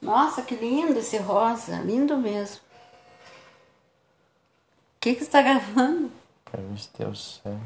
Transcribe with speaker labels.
Speaker 1: Nossa, que lindo esse rosa, lindo mesmo. O que, que você está gravando?
Speaker 2: Para ver se deu certo.